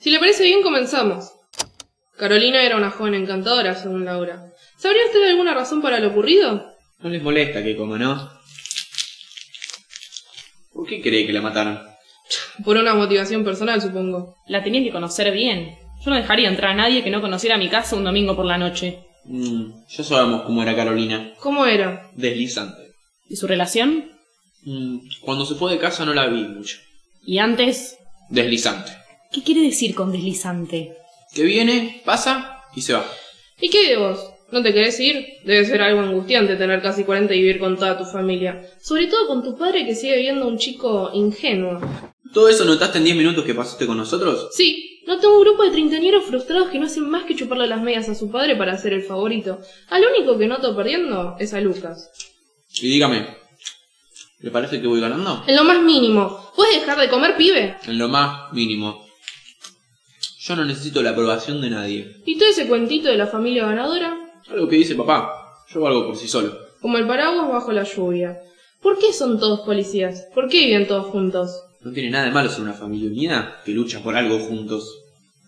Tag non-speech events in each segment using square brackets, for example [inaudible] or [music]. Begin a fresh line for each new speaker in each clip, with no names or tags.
Si le parece bien, comenzamos. Carolina era una joven encantadora, según Laura. ¿Sabría usted alguna razón para lo ocurrido?
No les molesta que coma, ¿no? ¿Por qué cree que la mataron?
Por una motivación personal, supongo.
La tenía que conocer bien. Yo no dejaría entrar a nadie que no conociera mi casa un domingo por la noche.
Mm, ya sabemos cómo era Carolina.
¿Cómo era?
Deslizante.
¿Y su relación?
Mm, cuando se fue de casa no la vi mucho.
¿Y antes?
Deslizante.
¿Qué quiere decir con deslizante?
Que viene, pasa y se va.
¿Y qué de vos? ¿No te querés ir? Debe ser algo angustiante tener casi 40 y vivir con toda tu familia. Sobre todo con tu padre que sigue viendo un chico ingenuo.
¿Todo eso notaste en 10 minutos que pasaste con nosotros?
Sí, noté un grupo de treintañeros frustrados que no hacen más que chuparle las medias a su padre para ser el favorito. Al único que noto perdiendo es a Lucas.
Y dígame, ¿le parece que voy ganando?
En lo más mínimo. ¿Puedes dejar de comer, pibe?
En lo más mínimo. Yo no necesito la aprobación de nadie.
¿Y todo ese cuentito de la familia ganadora?
Algo que dice papá. Yo valgo por sí solo.
Como el paraguas bajo la lluvia. ¿Por qué son todos policías? ¿Por qué viven todos juntos?
No tiene nada de malo ser una familia unida que lucha por algo juntos.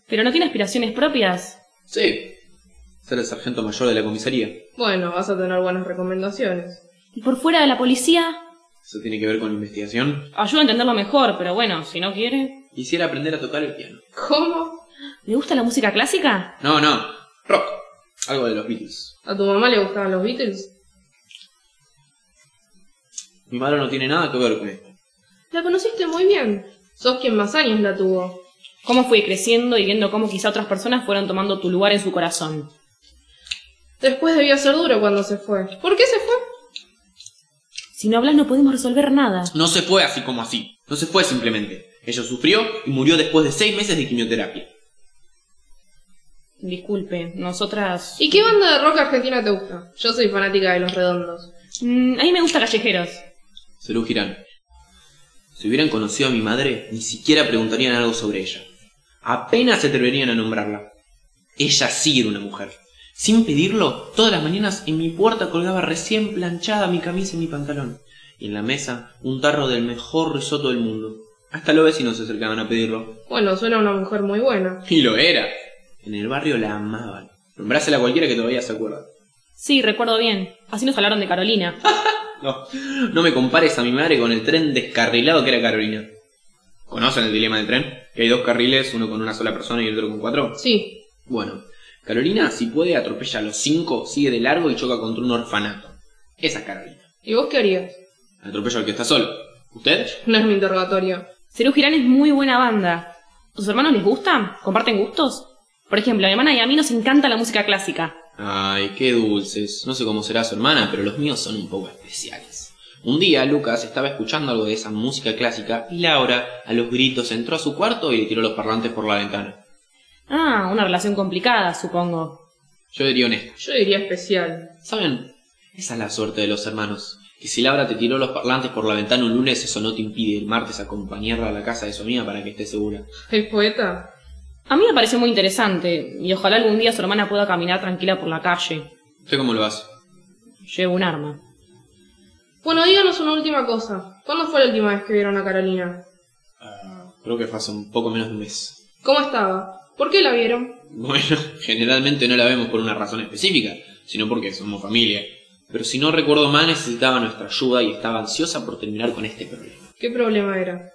¿Pero no tiene aspiraciones propias?
Sí. Ser el sargento mayor de la comisaría.
Bueno, vas a tener buenas recomendaciones.
¿Y por fuera de la policía?
Eso tiene que ver con la investigación.
Ayuda a entenderlo mejor, pero bueno, si no quiere.
Quisiera aprender a tocar el piano.
¿Cómo?
¿Le gusta la música clásica?
No, no. Rock. Algo de los Beatles.
¿A tu mamá le gustaban los Beatles?
Mi madre no tiene nada que ver con esto.
La conociste muy bien. Sos quien más años la tuvo.
¿Cómo fui creciendo y viendo cómo quizá otras personas fueron tomando tu lugar en su corazón?
Después debió ser duro cuando se fue. ¿Por qué se fue?
Si no hablas no podemos resolver nada.
No se fue así como así. No se fue simplemente. Ella sufrió y murió después de seis meses de quimioterapia.
Disculpe, nosotras...
¿Y qué banda de rock argentina te gusta? Yo soy fanática de Los Redondos.
Mm, a mí me gusta Callejeros.
Cerú Girán. Si hubieran conocido a mi madre, ni siquiera preguntarían algo sobre ella. Apenas se atreverían a nombrarla. Ella sí era una mujer. Sin pedirlo, todas las mañanas en mi puerta colgaba recién planchada mi camisa y mi pantalón. Y en la mesa, un tarro del mejor risotto del mundo. Hasta los vecinos se acercaban a pedirlo.
Bueno, suena una mujer muy buena.
Y lo era. En el barrio la amaban. Nombrásela a cualquiera que todavía se acuerda.
Sí, recuerdo bien. Así nos hablaron de Carolina.
No, no me compares a mi madre con el tren descarrilado que era Carolina. ¿Conocen el dilema del tren? Que hay dos carriles, uno con una sola persona y el otro con cuatro.
Sí.
Bueno, Carolina, si puede, atropella a los cinco, sigue de largo y choca contra un orfanato. Esa es Carolina.
¿Y vos qué harías? [laughs]
Atropella al que está solo. ¿Usted?
No es mi interrogatorio.
Cerú Girán es muy buena banda. ¿Tus hermanos les gustan? ¿Comparten gustos? Por ejemplo, a mi hermana y a mí nos encanta la música clásica.
Ay, qué dulces. No sé cómo será su hermana, pero los míos son un poco especiales. Un día Lucas estaba escuchando algo de esa música clásica y Laura, a los gritos, entró a su cuarto y le tiró los parlantes por la ventana.
Ah, una relación complicada, supongo.
Yo diría honesto.
Yo diría especial.
¿Saben? Esa es la suerte de los hermanos. Que si Laura te tiró los parlantes por la ventana un lunes, eso no te impide el martes acompañarla a la casa de su amiga para que esté segura.
¿El poeta?
A mí me pareció muy interesante y ojalá algún día su hermana pueda caminar tranquila por la calle.
¿Usted cómo lo hace?
Llevo un arma.
Bueno, díganos una última cosa. ¿Cuándo fue la última vez que vieron a Carolina?
Ah, creo que fue hace un poco menos de un mes. [laughs]
¿Cómo estaba? ¿Por qué la vieron?
Bueno, generalmente no la vemos por una razón específica, sino porque somos familia. Pero si no recuerdo mal, necesitaba nuestra ayuda y estaba ansiosa por terminar con este problema.
¿Qué problema era?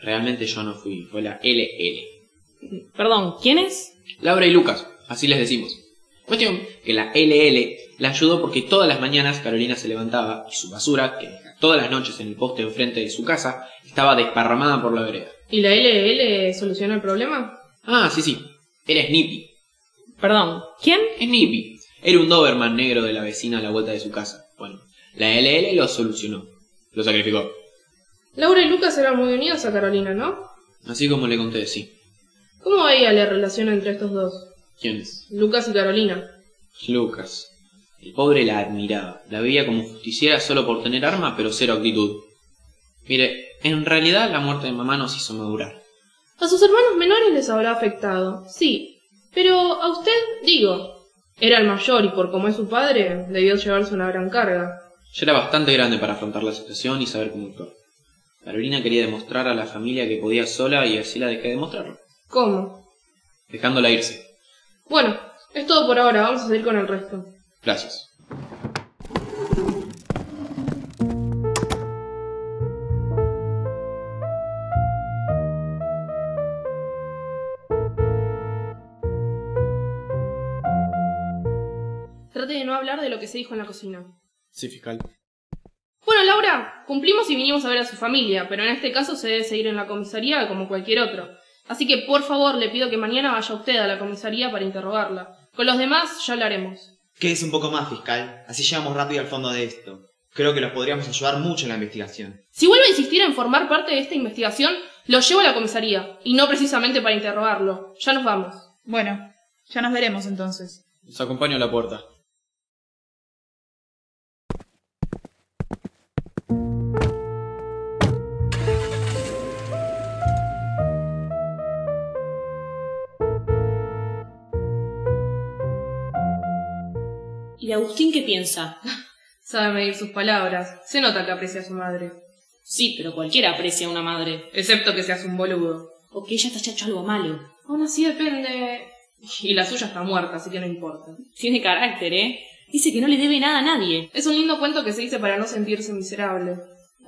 Realmente yo no fui, fue la LL.
Perdón, ¿quién es?
Laura y Lucas, así les decimos. Cuestión que la LL la ayudó porque todas las mañanas Carolina se levantaba y su basura, que deja todas las noches en el poste enfrente de su casa, estaba desparramada por la vereda.
¿Y la LL solucionó el problema?
Ah, sí, sí, era Snippy.
Perdón, ¿quién?
Snippy. Era un Doberman negro de la vecina a la vuelta de su casa. Bueno, la LL lo solucionó. Lo sacrificó.
Laura y Lucas eran muy unidos a Carolina, ¿no?
Así como le conté, sí.
¿Cómo veía la relación entre estos dos?
¿Quién es?
Lucas y Carolina.
Lucas. El pobre la admiraba. La veía como justiciera solo por tener arma, pero cero actitud. Mire, en realidad la muerte de mamá nos hizo madurar.
A sus hermanos menores les habrá afectado, sí. Pero a usted, digo, era el mayor y por como es su padre, debió llevarse una gran carga.
Yo era bastante grande para afrontar la situación y saber cómo actuar. Carolina quería demostrar a la familia que podía sola y así la dejé demostrar.
¿Cómo?
dejándola irse.
Bueno, es todo por ahora, vamos a seguir con el resto.
Gracias.
Trate de no hablar de lo que se dijo en la cocina.
Sí, fiscal.
Bueno, Laura, cumplimos y vinimos a ver a su familia, pero en este caso se debe seguir en la comisaría como cualquier otro. Así que por favor le pido que mañana vaya usted a la comisaría para interrogarla. Con los demás ya hablaremos.
¿Qué es un poco más, fiscal? Así llegamos rápido al fondo de esto. Creo que los podríamos ayudar mucho en la investigación.
Si vuelve a insistir en formar parte de esta investigación, lo llevo a la comisaría, y no precisamente para interrogarlo. Ya nos vamos.
Bueno, ya nos veremos entonces.
Los acompaño a la puerta.
¿Y Agustín qué piensa?
Sabe medir sus palabras. Se nota que aprecia a su madre.
[laughs] Sí, pero cualquiera aprecia a una madre.
Excepto que seas un boludo.
O que ella te haya hecho algo malo.
Aún así depende... Y la suya está muerta, así que no importa.
Tiene carácter, ¿eh? Dice que no le debe nada a nadie.
Es un lindo cuento que se dice para no sentirse miserable.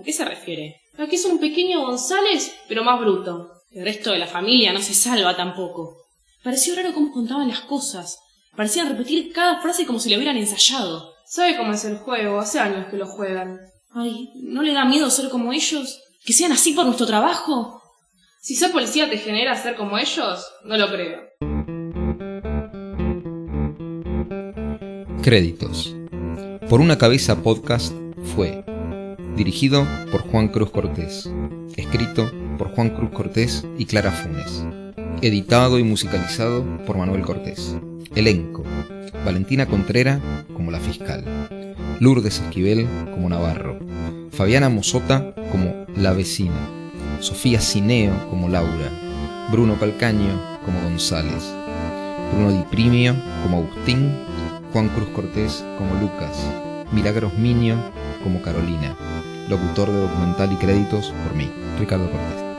¿A qué se refiere?
Aquí es un pequeño González, pero más bruto.
El resto de la familia no se salva tampoco. Pareció raro cómo contaban las cosas. Parecían repetir cada frase como si la hubieran ensayado.
Sabe cómo es el juego, hace años que lo juegan.
Ay, ¿no le da miedo ser como ellos? ¿Que sean así por nuestro trabajo?
Si ser policía te genera ser como ellos, no lo creo.
Créditos. Por una cabeza podcast fue dirigido por Juan Cruz Cortés, escrito por Juan Cruz Cortés y Clara Funes, editado y musicalizado por Manuel Cortés. Elenco. Valentina Contrera como la fiscal, Lourdes Esquivel como Navarro, Fabiana Mosota como la vecina, Sofía Cineo como Laura, Bruno Calcaño como González, Bruno Di Primio como Agustín, Juan Cruz Cortés como Lucas, Milagros Minio como Carolina, locutor de documental y créditos por mí, Ricardo Cortés.